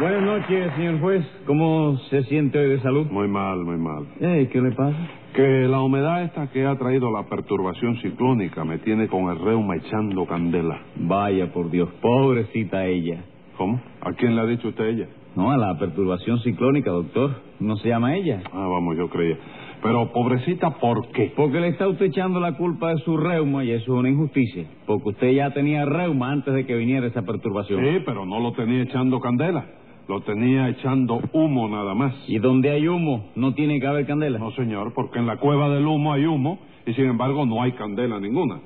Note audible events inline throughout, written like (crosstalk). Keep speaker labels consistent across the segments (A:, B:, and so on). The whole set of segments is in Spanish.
A: Buenas noches, señor juez. ¿Cómo se siente hoy de salud?
B: Muy mal, muy mal.
A: Eh, ¿Qué le pasa?
B: Que la humedad esta que ha traído la perturbación ciclónica me tiene con el reuma echando candela.
A: Vaya, por Dios, pobrecita ella.
B: ¿Cómo? ¿A quién le ha dicho usted ella?
A: No, a la perturbación ciclónica, doctor. No se llama ella.
B: Ah, vamos, yo creía. Pero pobrecita, ¿por qué?
A: Porque le está usted echando la culpa de su reuma y eso es una injusticia. Porque usted ya tenía reuma antes de que viniera esa perturbación.
B: Sí, pero no lo tenía echando candela. Lo tenía echando humo nada más.
A: Y donde hay humo, no tiene que haber candela.
B: No, señor, porque en la cueva del humo hay humo y sin embargo no hay candela ninguna.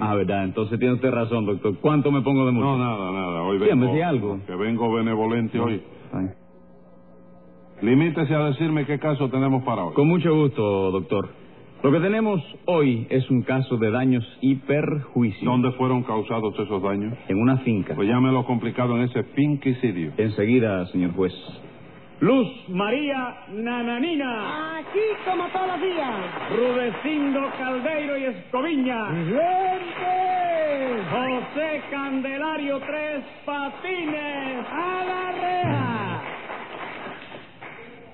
A: Ah, verdad, entonces tiene usted razón, doctor. ¿Cuánto me pongo de multa?
B: No, nada, nada. Hoy
A: Dígame
B: vengo.
A: si algo.
B: Que vengo benevolente hoy.
A: Ay.
B: Limítese a decirme qué caso tenemos para hoy.
A: Con mucho gusto, doctor. Lo que tenemos hoy es un caso de daños y perjuicios
B: ¿Dónde fueron causados esos daños?
A: en una finca.
B: Pues llámelo complicado en ese finquicidio.
A: Enseguida, señor juez. Luz María Nananina,
C: Aquí como todos los días.
A: Rudecindo Caldeiro y Escoviña,
C: ¡Gente!
A: José Candelario Tres Patines.
C: ¡A la reja!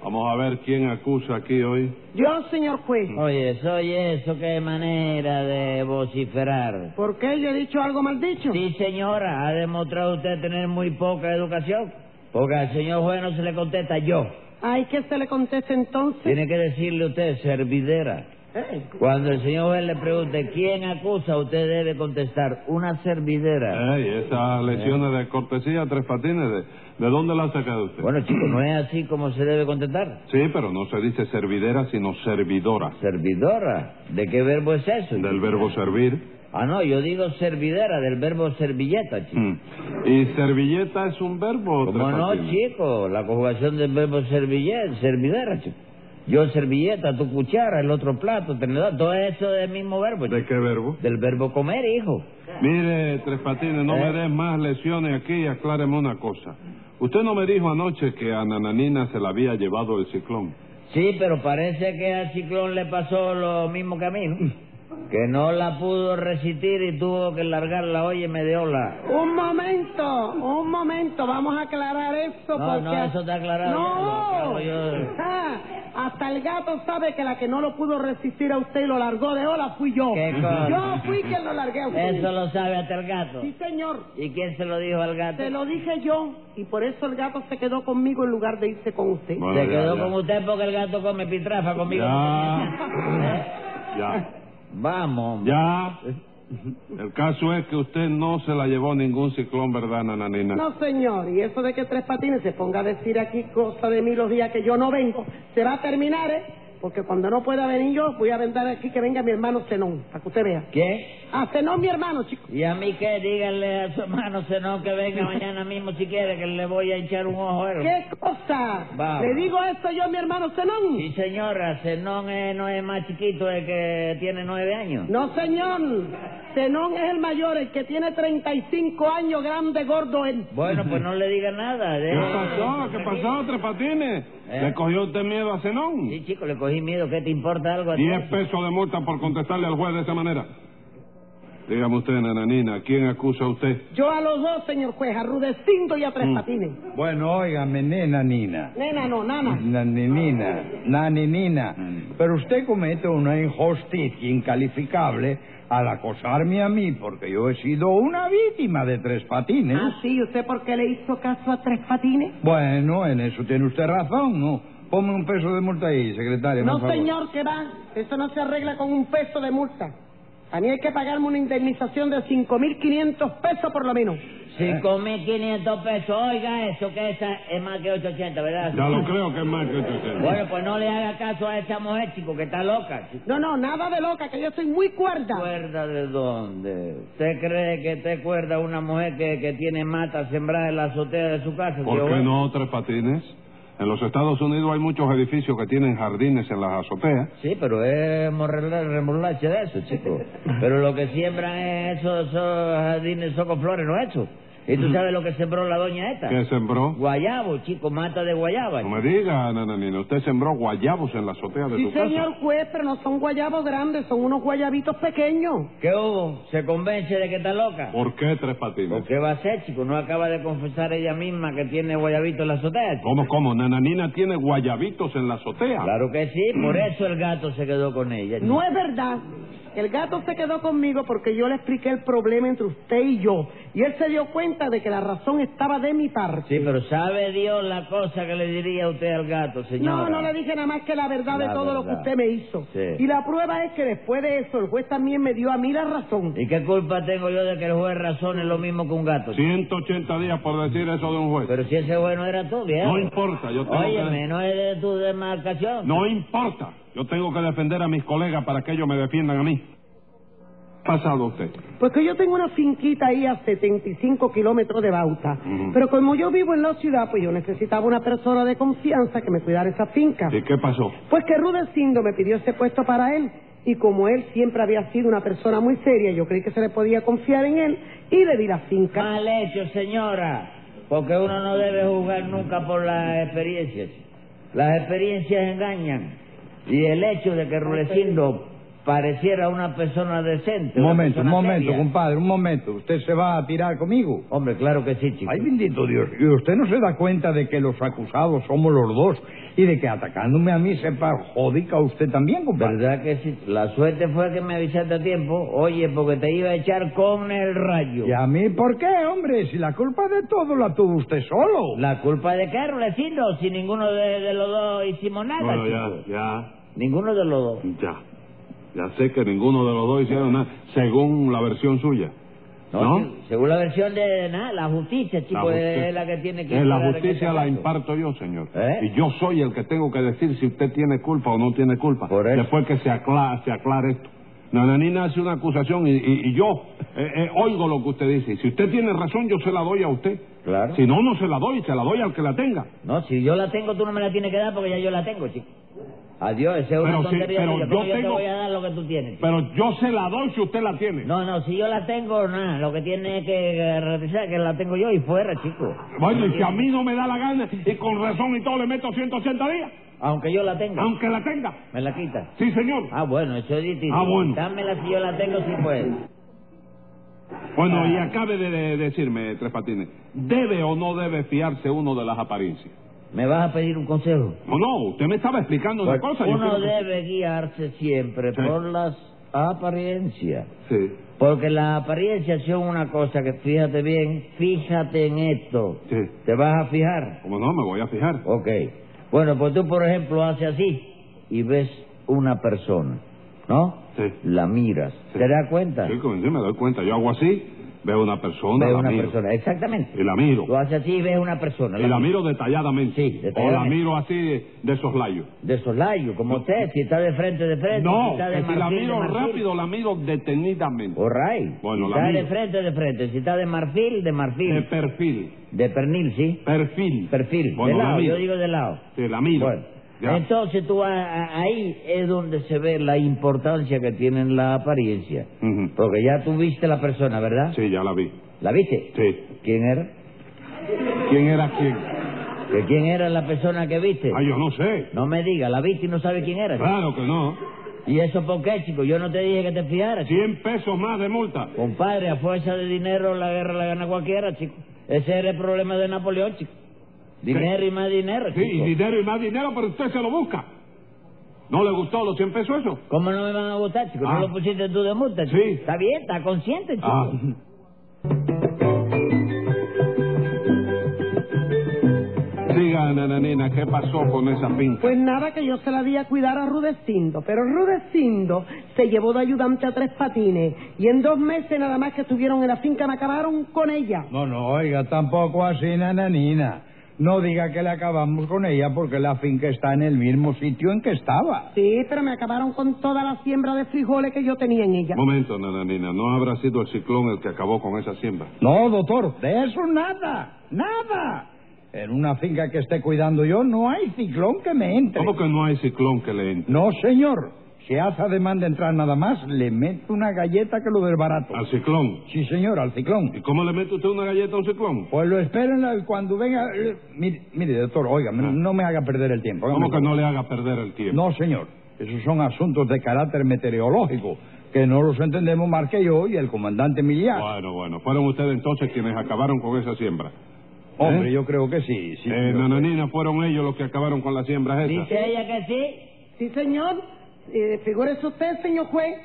B: Vamos a ver quién acusa aquí hoy.
C: Yo, señor juez.
B: Mm.
D: Oye, soy eso, qué manera de vociferar.
C: ¿Por qué yo he dicho algo mal
B: Mm.
C: dicho?
D: Sí, señora, ha demostrado usted tener muy poca educación. Porque al señor juez no se le contesta yo.
C: Ay, que se le conteste entonces.
D: Tiene que decirle usted, servidera.
C: Eh,
D: Cuando el señor juez le pregunte quién acusa, usted debe contestar, una servidera.
B: Ey,
D: Eh.
B: esas lesiones de cortesía, tres patines, ¿de, de dónde las ha sacado usted?
D: Bueno, chicos, no es así como se debe contestar.
B: Sí, pero no se dice servidera, sino servidora.
D: Servidora, ¿de qué verbo es eso?
B: Del
D: chico?
B: verbo servir.
D: Ah, no, yo digo servidera, del verbo servilleta, chico.
B: Mm. ¿Y servilleta es un verbo?
D: Como
B: Tres
D: no,
B: Patines?
D: chico? La conjugación del verbo servilleta, servidera, chico. Yo servilleta, tu cuchara, el otro plato, tenedor, todo eso es el mismo verbo,
B: ¿De
D: chico.
B: qué verbo?
D: Del verbo comer, hijo.
B: Mire, Tres Patines, no
D: Eh.
B: me des más lesiones aquí y acláreme una cosa. Usted no me dijo anoche que a Nananina se la había llevado el ciclón.
D: Sí, pero parece que al ciclón le pasó lo mismo que a mí,
C: (laughs)
D: ¿no? Que no la pudo resistir y tuvo que largarla, oye, me dio la...
C: Un momento, un momento, vamos a aclarar eso
D: No,
C: porque...
D: no, eso está aclarado,
C: ¡No!
D: lo aclaro yo.
C: (laughs) Ah, hasta el gato sabe que la que no lo pudo resistir a usted y lo largó de ola fui yo.
D: ¿Qué cosa?
C: Yo fui quien lo largué a usted.
D: Eso lo sabe hasta el gato.
C: Sí, señor.
D: ¿Y quién se lo dijo al gato?
C: Se lo dije yo y por eso el gato se quedó conmigo en lugar de irse con usted.
B: Bueno,
D: Se
B: ya,
D: quedó
B: ya.
D: con usted porque el gato come pitrafa conmigo. (laughs)
B: Ya. Ya.
D: Vamos.
B: Ya. eh, El caso es que usted no se la llevó ningún ciclón, ¿verdad, Nananina?
C: No, señor, y eso de que Tres Patines se ponga a decir aquí cosas de mí los días que yo no vengo, se va a terminar, ¿eh? Porque cuando no pueda venir yo, voy a vender aquí que venga mi hermano Zenón, para que usted vea.
D: ¿Qué?
C: Ah, Zenón, mi hermano, chico.
D: ¿Y a mí qué? Díganle a su hermano Zenón
B: (laughs)
D: que venga mañana mismo si quiere, que le voy a echar un ojo. a él.
C: ¿Qué cosa?
D: Vamos.
C: ¿Le digo eso yo a mi hermano Zenón?
D: Sí, señora, Zenón es- no es más chiquito, el que tiene nueve años.
C: No, señor. Zenón es el mayor, el que tiene 35 años, grande, gordo él.
D: Bueno, pues no le diga nada.
B: ¿Qué
D: déjelo.
B: pasó? ¿Qué pasó, Tres Patines?
D: Eh.
B: ¿Le cogió usted miedo a Zenón?
D: Sí, chico, le cogí miedo. ¿Qué te importa algo a ti?
B: Diez pesos de multa por contestarle al juez de esa manera. Dígame usted, Nananina, ¿a quién acusa usted?
C: Yo a los dos, señor juez, a Rudecindo y a
D: Mm.
C: Tres Patines.
E: Bueno, óigame, nena Nina.
C: Nena, no, nana.
E: Naninina, naninina.
B: Mm.
E: Pero usted comete una injusticia incalificable al acosarme a mí, porque yo he sido una víctima de tres patines.
C: Ah, sí, ¿usted por qué le hizo caso a Tres Patines?
E: Bueno, en eso tiene usted razón, ¿no? Ponme un peso de multa ahí, secretaria.
C: No,
E: por favor.
C: señor, que va. Eso no se arregla con un peso de multa. A mí hay que pagarme una indemnización de 5.500 pesos por lo menos.
B: ¿Eh?
D: Cinco mil quinientos pesos. Oiga eso, que esa es más que 880, ¿verdad?
B: Ya lo creo que es más que usted.
D: Bueno, pues no le haga caso a esa mujer, chico, que está loca. chico.
C: No, no, nada de loca, que yo soy muy cuerda.
D: ¿Cuerda de dónde? ¿Usted cree que te cuerda una mujer que, que tiene mata sembrada en la azotea de su casa?
B: ¿Por
D: tío?
B: qué no Tres Patines? En los Estados Unidos hay muchos edificios que tienen jardines en las azoteas.
D: Sí, pero es morrela- remolacha de eso, chico. Pero lo que siembran es esos, esos jardines, esos con flores, no eso. ¿Y tú sabes lo que sembró la doña esta?
B: ¿Qué sembró?
D: Guayabo, chico, mata de guayaba.
B: No me diga, nananina, usted sembró guayabos en la azotea de
C: Sí,
B: tu casa.
C: señor juez, pero no son guayabos grandes, son unos guayabitos pequeños.
D: ¿Qué hubo? ¿Se convence de que está loca?
B: ¿Por qué tres patines?
D: ¿O qué va a ser, chico? ¿No acaba de confesar ella misma que tiene guayabito en la azotea, chico?
B: ¿Cómo, cómo? Nananina tiene guayabitos en la azotea.
D: Claro que sí, por eso el gato se quedó con ella. chico.
C: No es verdad. El gato se quedó conmigo porque yo le expliqué el problema entre usted y yo. Y él se dio cuenta de que la razón estaba de mi parte.
D: Sí, pero ¿sabe Dios la cosa que le diría usted al gato,
C: No,
D: señora?
C: no le dije nada más que la verdad
D: La
C: de todo lo que
D: verdad.
C: usted me hizo.
D: Sí.
C: Y la prueba es que después de eso el juez también me dio a mí la razón.
D: ¿Y qué culpa tengo yo de que el juez razone lo mismo que un gato? chico?
B: 180 días por decir eso de un juez.
D: Pero si ese juez no era tú, viejo.
B: No importa, yo tengo
D: Óyeme,
B: que...
D: no es de tu demarcación.
B: No importa, yo tengo que defender a mis colegas para que ellos me defiendan a mí. Pasado usted.
C: Porque yo tengo una finquita ahí a 75 kilómetros de Bauta.
B: Mm.
C: Pero como yo vivo en la ciudad, pues yo necesitaba una persona de confianza que me cuidara esa finca.
B: ¿Y qué pasó?
C: Pues que Rudecindo me pidió ese puesto para él. Y como él siempre había sido una persona muy seria, yo creí que se le podía confiar en él y le di la finca.
D: Mal hecho, señora. Porque uno no debe juzgar nunca por las experiencias. Las experiencias engañan. Y el hecho de que Rulecindo pareciera una persona decente.
E: Un
D: una
E: momento, un
D: persona
E: momento,
D: seria.
E: compadre, un momento. ¿Usted se va a tirar conmigo?
D: Hombre, claro que sí, chico.
E: Ay, bendito Dios. ¿Y usted no se da cuenta de que los acusados somos los dos y de que atacándome a mí se perjudica usted también, compadre?
D: ¿Verdad que sí? La suerte fue que me avisaste a tiempo. Oye, porque te iba a echar con el rayo.
E: ¿Y a mí por qué, hombre? Si la culpa de todo la tuvo usted solo.
D: La culpa de qué, Rulecindo, si ninguno de, de los dos hicimos nada,
B: Bueno,
D: chico.
B: ya, ya,
D: Ninguno de los dos.
B: ya. Ya sé que ninguno de los dos hicieron nada, según la versión suya.
D: No,
B: ¿No?
D: sí, según la versión de nada, la justicia, chico,
B: justi-
D: es la que tiene que
B: Eh, La
D: indagar en
B: justicia
D: este
B: la
D: caso.
B: imparto yo, señor.
D: ¿Eh?
B: Y yo soy el que tengo que decir si usted tiene culpa o no tiene culpa.
D: Por eso.
B: Después que se aclare, se aclare esto. Nananina hace una acusación y, y- y yo eh, eh, oigo lo que usted dice. Y Si usted tiene razón, yo se la doy a usted.
D: Claro.
B: Si no, no se la doy, se la doy al que la tenga.
D: No, si yo la tengo, tú no me la tienes que dar porque ya yo la tengo, chico. Adiós, esa es una
B: Pero sí,
D: tontería
B: pero
D: tuya,
B: yo
D: ¿cómo te
B: tengo-
D: voy a dar lo que tú tienes. chico?
B: Pero yo se la doy si usted la tiene.
D: No, no, si yo la tengo, nada, lo que tiene es que revisar que la tengo yo y fuera, chico.
B: Bueno, y si a mí no me da la gana y con razón y todo le meto 180 días,
D: Aunque yo la tenga,
B: aunque la tenga.
D: me la quita.
B: Sí, señor.
D: Ah, bueno, eso es difícil.
B: Ah, bueno.
D: Dámela si yo la tengo, pues. si puedes.
B: Bueno, y acabe de, de decirme, Tres Patines, ¿debe o no debe fiarse uno de las apariencias?
D: ¿Me vas a pedir un consejo?
B: No, no, usted me estaba explicando una
D: Pues,
B: cosa. yo
D: uno
B: creo que-
D: debe guiarse siempre
B: Sí.
D: por las apariencias.
B: Sí,
D: Porque las apariencias son una cosa que, fíjate bien, fíjate en esto.
B: Sí.
D: ¿Te vas a fijar?
B: como no, me voy a fijar.
D: Ok. Bueno, pues tú, por ejemplo, haces así y ves una persona, ¿no?
B: Sí.
D: La miras.
B: Sí.
D: ¿Te das cuenta?
B: Sí, como sí, me doy cuenta. Yo hago así, veo una persona,
D: ves
B: la
D: una
B: miro.
D: persona, exactamente.
B: Y la miro.
D: Tú haces así y ves una persona.
B: Y la miro detalladamente.
D: Sí,
B: O la
D: detalladamente.
B: miro así de soslayo.
D: De soslayo, como usted, si está de frente, de frente. si
B: No,
D: está de
B: que si la
D: marfil, de
B: miro
D: marfil.
B: rápido, la miro detenidamente.
D: All right.
B: Bueno,
D: si
B: la
D: está
B: miro.
D: de frente, de frente. Si está de marfil, de marfil.
B: De perfil.
D: De pernil, sí.
B: Perfil.
D: Perfil.
B: Bueno,
D: de
B: la
D: lado,
B: miro.
D: yo digo de lado.
B: Sí, la miro.
D: Bueno.
B: Ya.
D: Entonces tú a- a- ahí es donde se ve la importancia que tienen la apariencia.
B: Ujú.
D: Porque ya tú viste la persona, ¿verdad?
B: Sí, ya la vi.
D: ¿La viste?
B: Sí.
D: ¿Quién era?
B: ¿Quién era quién?
D: ¿Que ¿Quién era la persona que viste?
B: Ah, yo no sé.
D: No me diga, la viste y no sabe quién era.
B: Claro que no.
D: ¿Y eso por qué, chico? Yo no te dije que te fiaras.
B: 100 pesos más de multa.
D: Compadre, a fuerza de dinero la guerra la gana cualquiera, chico. Ese era el problema de Napoleón, chico. Dinero y más dinero,
B: Sí, y
D: chico.
B: dinero y más dinero, pero usted se lo busca. ¿No le gustó los 100 pesos eso?
D: ¿Cómo no me van a gustar, chico?
B: Ah.
D: ¿No lo pusiste tú de multa, chico?
B: Sí.
D: Está bien, está consciente, chico.
B: Ah. Diga, nananina, ¿qué pasó con esa finca?
C: Pues nada, que yo se la di a cuidar a Rudecindo, pero Rudecindo se llevó de ayudante a tres patines y en dos meses nada más que estuvieron en la finca me acabaron con ella.
E: No, no, oiga, tampoco así, nananina. No diga que le acabamos con ella porque la finca está en el mismo sitio en que estaba.
C: Sí, pero me acabaron con toda la siembra de frijoles que yo tenía en ella.
B: Momento, nananina, ¿no habrá sido el ciclón el que acabó con esa siembra?
E: No, doctor, de eso nada, nada. En una finca que esté cuidando yo no hay ciclón que me entre.
B: ¿Cómo que no hay ciclón que le entre?
E: No, señor. Si hace además de entrar nada más, le meto una galleta que lo desbarato.
B: Al ciclón.
E: Sí, señor, al ciclón.
B: ¿Y cómo le mete usted una galleta a un ciclón?
E: Pues lo esperen y cuando venga... le- Mire, mire, doctor, oiga,
B: Ah.
E: no me haga perder el tiempo.
B: ¿Cómo
E: Hágame
B: que no le haga perder el tiempo?
E: No, señor. Esos son asuntos de carácter meteorológico, que no los entendemos más que yo y el comandante Miliar.
B: Bueno, bueno, fueron ustedes entonces quienes acabaron con esa siembra.
E: Hombre,
B: ¿Eh?
E: yo creo que sí. sí
B: eh,
E: señor.
B: nananina, fueron ellos los que acabaron con las siembras esas.
D: ¿Dice ella que sí?
C: Sí, señor. Eh, figúrese usted, señor juez,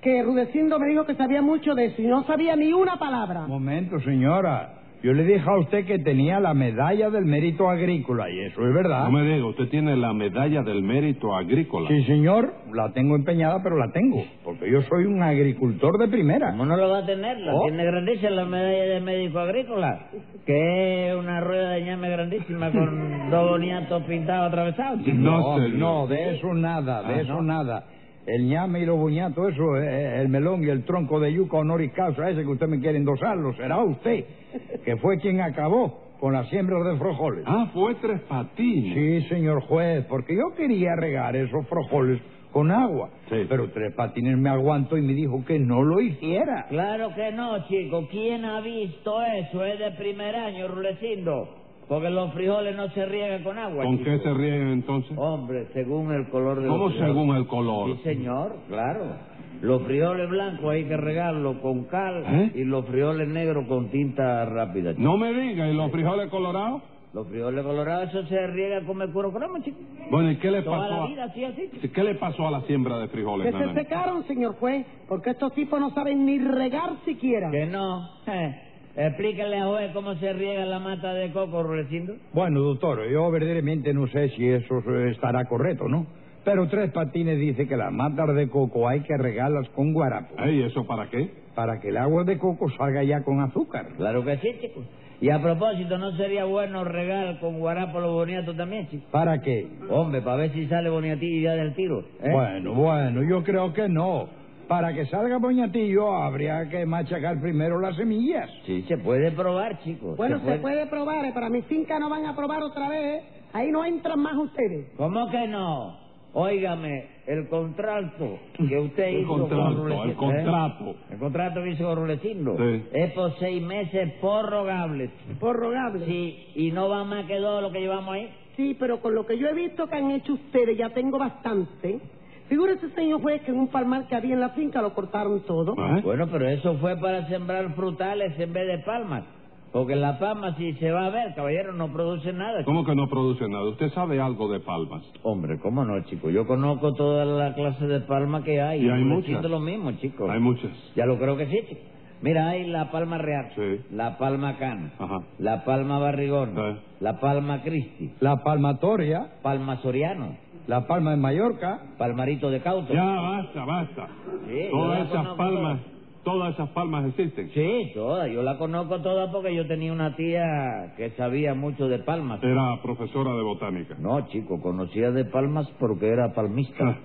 C: que Rudecindo me dijo que sabía mucho de eso y no sabía ni una palabra.
E: Un momento, señora. Yo le dije a usted que tenía la medalla del mérito agrícola, y eso es verdad.
B: No me diga, usted tiene la medalla del mérito agrícola.
E: Sí, señor, la tengo empeñada, pero la tengo, porque yo soy un agricultor de primera.
D: ¿Cómo no lo va a tener? La
E: Oh.
D: tiene grandísima la medalla de médico agrícola, que es una rueda de ñame grandísima
E: (laughs)
D: con dos boniatos pintados atravesados.
B: No, señor.
E: no, de eso nada, de eso nada. El ñame y los buñatos, eso, eh, el melón y el tronco de yuca honoris causa, ese que usted me quiere endosarlo, será usted, que fue quien acabó con las siembras de frijoles.
B: Ah, fue Tres Patines.
E: Sí, señor juez, porque yo quería regar esos frijoles con agua,
B: Sí.
E: pero Tres Patines me aguantó y me dijo que no lo hiciera.
D: Claro que no, chico. ¿Quién ha visto eso? Es de primer año, Rulecindo. Porque los frijoles no se riegan con agua.
B: ¿Con
D: chico.
B: qué se ríen entonces?
D: Hombre, según el color Oh, de los
B: ¿Cómo
D: frijoles.
B: según el color?
D: Sí, señor, claro. Los frijoles blancos hay que regarlos con cal
B: ¿Eh?
D: y los frijoles negros con tinta rápida. chico.
B: No me diga, ¿y los frijoles colorados?
D: Los frijoles colorados, eso se riega con mercurocromo, chico.
B: Bueno, ¿y qué le
D: Toda
B: pasó
D: la
B: a...
D: vida, así, así. chico.
B: ¿Qué le pasó a la siembra de
C: Que
B: frijoles,
C: se
B: nananina?
C: secaron, señor juez, porque estos tipos no saben ni regar siquiera. Eh,
D: Que no. Explícale a juez cómo se riega la mata de coco, Rulecindo.
E: Bueno, doctor, yo verdaderamente no sé si eso eh, estará correcto, ¿no? Pero Tres Patines dice que las matas de coco hay que regarlas con guarapo
B: Ey, ¿eso para qué?
E: para que el agua de coco salga ya con azúcar.
D: Claro que sí, chico. Y a propósito, ¿no sería bueno regar con guarapo los boniatos también, chico?
E: ¿Para qué?
D: Hombre, para ver si sale boniatillo ya del tiro. ¿eh?
E: Bueno, bueno, yo creo que no. Para que salga boñatillo habría que machacar primero las semillas.
D: Sí, se puede probar, chico.
C: bueno, se puede probar, eh, para mi finca no van a probar otra vez. eh. Ahí no entran más ustedes.
D: ¿Cómo que no? Óigame, el contrato que usted
B: El
D: hizo
B: contrato,
D: con Rulecindo.
B: el contrato.
D: El contrato que hizo con Rulecindo.
B: Sí.
D: Es por seis meses prorrogables.
C: Por rogable.
D: Sí, y no va más que todo lo que llevamos ahí.
C: Sí, pero con lo que yo he visto que han hecho ustedes, ya tengo bastante. Figúrese, señor juez, que en un palmar que había en la finca lo cortaron todo.
B: ¿Eh?
D: Bueno, pero eso fue para sembrar frutales en vez de palmas. Porque la palma, si se va a ver, caballero, no produce nada.
B: ¿Cómo que no produce nada? ¿Usted sabe algo de palmas?
D: Hombre, ¿cómo no, chico? Yo conozco toda la clase de palma que hay.
B: Y hay
D: Yo
B: muchas.
D: siento lo mismo, chico.
B: Hay muchas.
D: Ya lo creo que sí, chico. Mira, hay la palma real,
B: Sí.
D: la palma cana,
B: Ajá.
D: la palma barrigón,
B: Sí.
D: la palma cristi,
E: La palmatoria,
D: palma soriano,
E: la palma de Mallorca,
D: palmarito de cauto.
B: Ya, basta, basta.
D: Sí, yo la
B: todas esas
D: conozco
B: palmas, todas esas palmas existen.
D: Sí, toda. Yo la conozco toda porque yo tenía una tía que sabía mucho de palmas.
B: Era profesora de
D: (laughs)
B: botánica.
D: No, chico, conocía de palmas porque era
B: Ah.
D: palmista.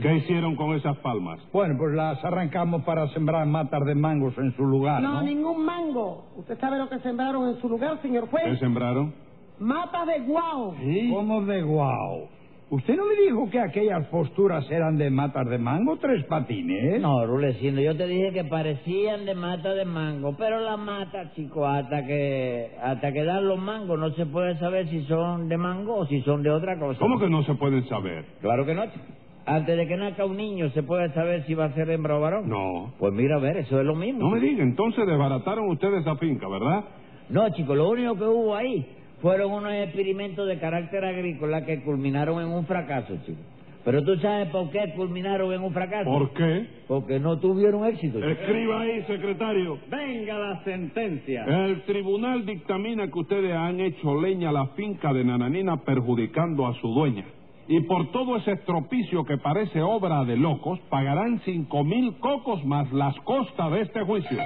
B: ¿Qué hicieron con esas palmas?
E: bueno, pues las arrancamos para sembrar matas de mangos en su lugar,
C: no,
E: ¿no?
C: ningún mango. ¿Usted sabe lo que sembraron en su lugar, señor
B: ¿Qué
C: juez?
B: sembraron?
C: Matas de guau.
E: ¿Cómo de guau? ¿Usted no me dijo que aquellas posturas eran de matas de mango tres patines?
D: No, Rulecindo, yo te dije que parecían de mata de mango, pero la mata, chico, hasta que hasta que dan los mangos no se puede saber si son de mango o si son de otra cosa.
B: ¿Cómo que no se pueden saber?
D: Claro que no. chico. Antes de que nazca un niño se puede saber si va a ser hembra o varón.
B: No.
D: Pues mira, a ver, eso es lo mismo.
B: No me diga, entonces desbarataron ustedes esa finca, ¿verdad?
D: No, chicos, lo único que hubo ahí fueron unos experimentos de carácter agrícola que culminaron en un fracaso, chicos. Pero tú sabes por qué culminaron en un fracaso.
B: ¿Por Eh, qué?
D: Porque no tuvieron éxito. chico.
B: Escriba ahí, secretario.
F: Venga la sentencia.
B: El tribunal dictamina que ustedes han hecho leña a la finca de Nananina perjudicando a su dueña. Y por todo ese estropicio que parece obra de locos, pagarán cinco mil cocos más las costas de este juicio.